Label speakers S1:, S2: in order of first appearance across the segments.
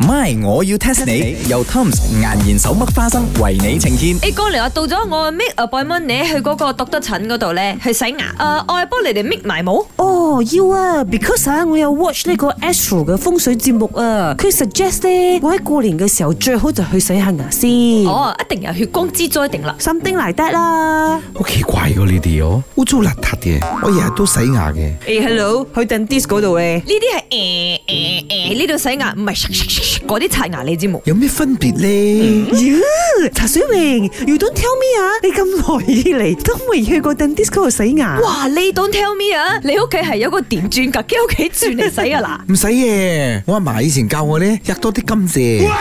S1: My，我要 test 你。由 Tom's 颜然手剝花生為你呈現。
S2: 誒過嚟啊！到咗我 make appointment 咧，去嗰個 doctor 診嗰度咧去洗牙。誒、呃我係幫你哋 make 埋冇？
S3: 哦，要啊，because 啊，我有 watch 呢個 Astro 嘅風水節目啊，佢 suggest 咧，我喺過年嘅時候最好就去洗下牙先。
S2: 哦，一定有血光之災定啦。
S3: something like that 啦。
S4: 好奇怪㗎你哋哦，污糟邋遢嘅，我日日都洗牙嘅。
S3: 誒，hello，去 dentist 嗰度咧。
S2: 呢啲係誒誒誒呢度洗牙，唔係唰唰唰唰嗰啲刷牙你知冇？
S4: 有咩分別
S3: Ừ.
S4: 呢？。
S3: 呀，茶水明，you don't tell me 啊，你咁耐以嚟都未去過 dentist 嗰度洗牙。
S2: 哇！你 don't tell me 啊！你屋企係有個電鑽㗎，喺屋企轉嚟洗啊㗎啦
S4: 唔使嘅，我阿嫲以前教我咧，入多啲 金蔗，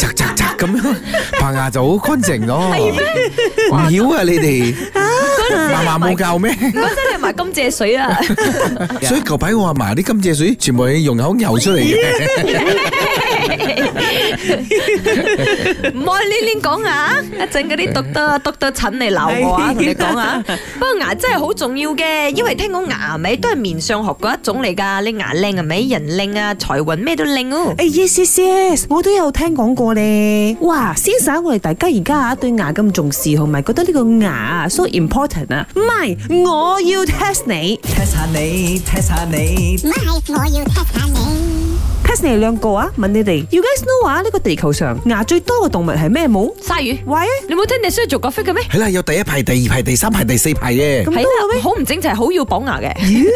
S4: 扎扎扎咁樣，棚牙就好乾淨咯。唔曉啊，你哋嫲嫲冇教咩？
S2: 唔該真係買金蔗水啊！
S4: 所以舊排我阿嫲啲金蔗水全部係用口牛出嚟嘅。
S2: 唔好亂亂講啊！一陣嗰啲篤得篤得診你鬧我啊，同你講啊！不過牙真係好重要嘅，因為聽講牙咪都係面相學嗰一種嚟㗎。你牙靚係咪？人靚啊，財運咩都靚哦。
S3: 誒 yes yes yes，我都有聽講過咧。哇，先生，我哋大家而家啊對牙咁重視，同埋覺得呢個牙啊 so important 啊。唔係，我要 test 你
S1: test 下你，test 下你。
S5: My，我要 test 下你。
S3: ，test 你哋兩個啊，問你哋，you guys know 啊？呢個地球上牙最多嘅動物係咩冇？
S2: 鯊魚，
S3: 喂，
S2: 你冇聽你需要做個 fit 嘅咩？
S4: 係啦，有第一排、第二排、第三排、第四排嘅。
S3: 咁多嘅咩
S2: 好唔整齊，好要綁牙嘅。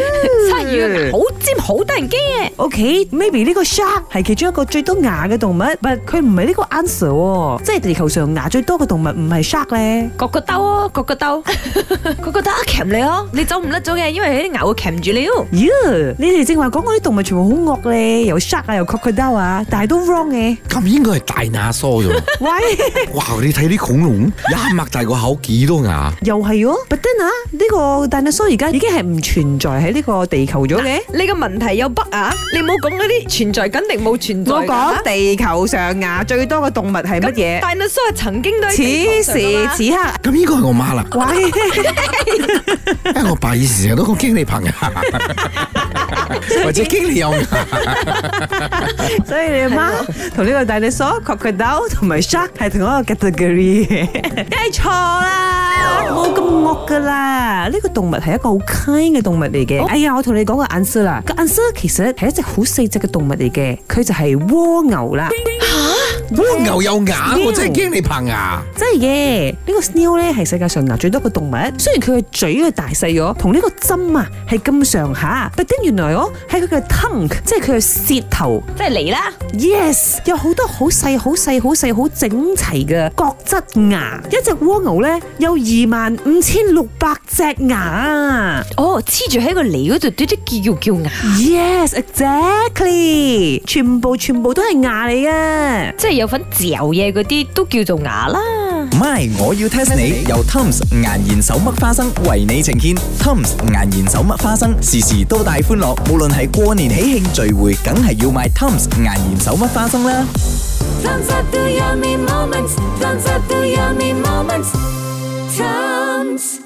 S2: 鯊魚好尖，好得人驚嘅。
S3: ？OK，maybe、呢個 shark 係其中一個最多牙嘅動物，but 佢唔係呢個 answer 喎，即係地球上牙最多嘅動物唔係 shark 咧。
S2: 個個兜啊，個 個兜，個個兜啊，鉗你咯，你走唔甩咗嘅，因為佢啲牙會鉗住你咯。
S3: Yeah, 你哋正話講嗰啲動物全部好惡咧，有 shark 啊，有 crocodile 啊，但係都 wrong 嘅。
S4: 咁應該係大牙梳咗。
S3: 喂，
S4: 哇！你睇啲恐龍，一擘大個口幾多牙？
S3: 又係喎，but then 啊，呢個大 i n 而家已經係唔存在喺呢個地球咗嘅。
S2: 你個問題有北牙，你冇講嗰啲存在緊定冇存在
S3: Dạ,
S2: 㗎。
S3: 地球上牙最多嘅動物係乜嘢？
S2: 大 i n 曾經都喺地球上㗎嘛
S3: 此 刻，
S4: 咁應該係我媽啦，
S3: 喂，
S4: 因為我爸以前成日都講經理朋友，或者經理有牙。
S3: 所以你阿媽同呢個大 i n crocodile 同埋 shark 係同一個 category 嘅， 梗係錯啦，冇咁惡噶啦。呢個動物係一個好 kind 嘅動物嚟嘅。哎呀，我同你講個 answer 啦，個 answer 其實係一隻好細隻嘅動物嚟嘅，佢就係蝸牛啦。
S4: 蝸牛有牙，我真係經理朋友。
S3: 真係嘅，呢、個 snail 咧係世界上牙最多嘅動物。雖然佢嘅嘴嘅大細咗，同呢個針啊係咁上下，但係原來哦喺佢嘅 tongue，即係佢嘅舌頭
S2: 即係嚟啦。
S3: ，yes 有好多好細、好細、好細、好整齊嘅角質牙。一隻蝸牛咧有二萬五千六百隻牙啊
S2: 哦，黐住喺個脷嗰度，嘟嘟叫叫叫牙，
S3: ！Yes exactly，全部全部都係牙嚟嘅。
S2: 即係有份嚼嘢嗰啲都叫做牙啦。
S1: My，我要 test 你。由 Tom's 颜然手剝花生為你呈現。Tom's 颜然手剝花生，時時都大歡樂。無論係過年喜慶聚會，梗係要買 Tom's 颜然手剝花生啦。
S6: Moments, dance up the yummy moments. Times.